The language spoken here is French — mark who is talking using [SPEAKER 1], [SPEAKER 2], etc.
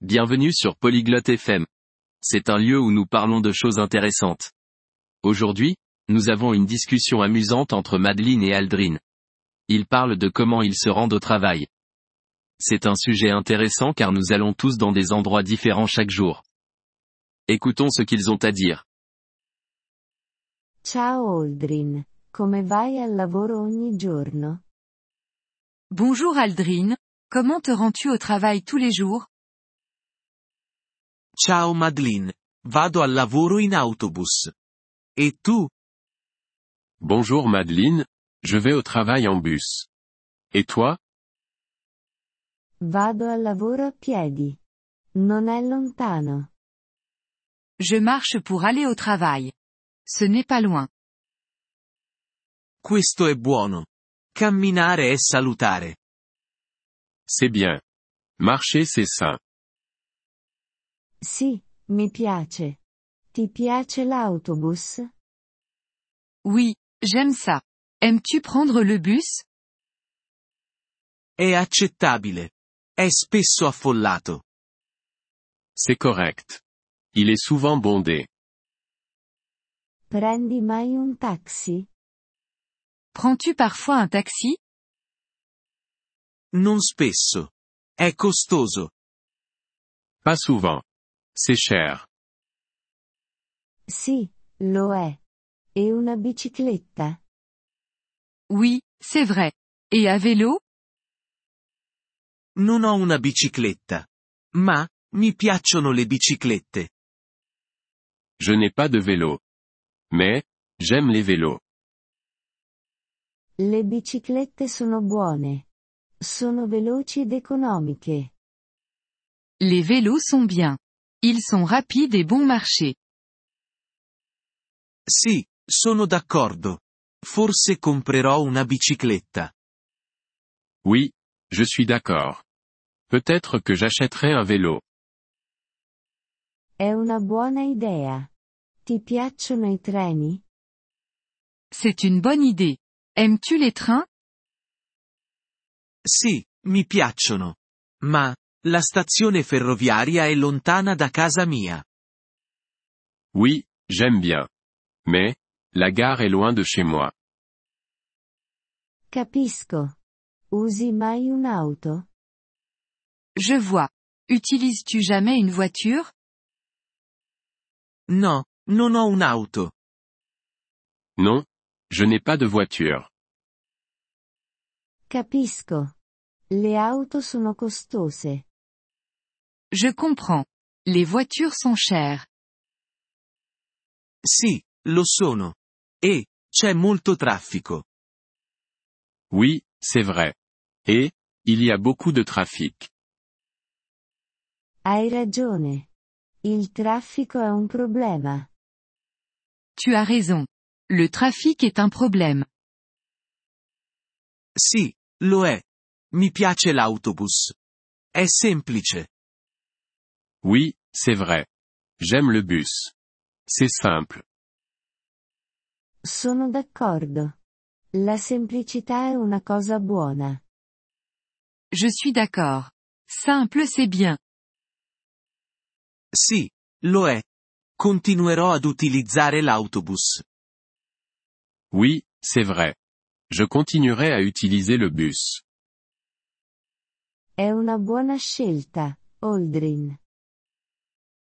[SPEAKER 1] Bienvenue sur Polyglotte FM. C'est un lieu où nous parlons de choses intéressantes. Aujourd'hui, nous avons une discussion amusante entre Madeleine et Aldrin. Ils parlent de comment ils se rendent au travail. C'est un sujet intéressant car nous allons tous dans des endroits différents chaque jour. Écoutons ce qu'ils ont à dire.
[SPEAKER 2] Ciao Aldrin, come vai al lavoro ogni giorno?
[SPEAKER 3] Bonjour Aldrin, comment te rends-tu au travail tous les jours
[SPEAKER 4] Ciao Madeline. Vado al lavoro in autobus. E tu?
[SPEAKER 5] Bonjour Madeline, je vais au travail en bus. Et toi?
[SPEAKER 2] Vado al lavoro a piedi. Non è lontano.
[SPEAKER 3] Je marche pour aller au travail. Ce n'est pas loin.
[SPEAKER 4] Questo è buono. Camminare è salutare.
[SPEAKER 5] C'est bien. Marcher c'est sain.
[SPEAKER 2] Sì, mi piace. Ti piace l'autobus?
[SPEAKER 3] Oui, j'aime ça. Aimes-tu prendre le bus
[SPEAKER 4] È accettabile. È spesso affollato.
[SPEAKER 5] C'est correct. Il est souvent bondé.
[SPEAKER 2] Prendi mai un taxi?
[SPEAKER 3] Prends-tu parfois un taxi
[SPEAKER 4] Non spesso. È costoso.
[SPEAKER 5] Pas souvent. C'est cher.
[SPEAKER 2] Sì, lo è. E una bicicletta?
[SPEAKER 3] Oui, c'est vrai. Et à vélo
[SPEAKER 4] Non ho una bicicletta. Ma, mi piacciono le biciclette.
[SPEAKER 5] Je n'ai pas de vélo. Mais, j'aime les vélos.
[SPEAKER 2] Le biciclette sono buone. Sono veloci ed economiche.
[SPEAKER 3] Les vélos sont bien. Ils sont rapides et bon marché.
[SPEAKER 4] Sì, sono d'accordo. Forse comprerò una bicicletta.
[SPEAKER 5] Oui, je suis d'accord. Peut-être que j'achèterai un vélo.
[SPEAKER 2] È una buona idea. Ti piacciono i treni?
[SPEAKER 3] C'est une bonne idée. Aimes-tu les trains
[SPEAKER 4] Sì, mi piacciono. Ma, la stazione ferroviaria è lontana da casa mia.
[SPEAKER 5] Oui, j'aime bien. Mais, la gare est loin de chez moi.
[SPEAKER 2] Capisco. Usi mai un'auto?
[SPEAKER 3] Je vois. Utilises-tu jamais une voiture
[SPEAKER 4] No, non ho un'auto.
[SPEAKER 5] Non, je n'ai pas de voiture.
[SPEAKER 2] Capisco. Le auto sono costose.
[SPEAKER 3] Je comprends. Les voitures sont chères.
[SPEAKER 4] Sì, lo sono. E, c'è molto traffico.
[SPEAKER 5] Oui, c'est vrai. Et, il y a beaucoup de trafic.
[SPEAKER 2] Hai ragione. Il traffico è un problema.
[SPEAKER 3] Tu as raison. Le trafic est un problème.
[SPEAKER 4] Sì, lo è. Mi piace l'autobus. È semplice.
[SPEAKER 5] Oui, c'est vrai. J'aime le bus. C'est simple.
[SPEAKER 2] Sono d'accordo. La semplicità è una cosa buona.
[SPEAKER 3] Je suis d'accord. Simple c'est bien.
[SPEAKER 4] Sì, lo è. Continuerò ad utilizzare l'autobus.
[SPEAKER 5] Oui, c'est vrai. Je continuerai à utiliser le bus.
[SPEAKER 2] È una buona scelta, Aldrin.